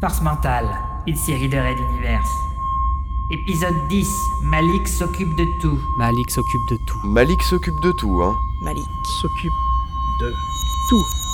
Force mentale, une série de raids d'univers. Épisode 10, Malik s'occupe de tout. Malik s'occupe de tout. Malik s'occupe de tout, hein. Malik. s'occupe de.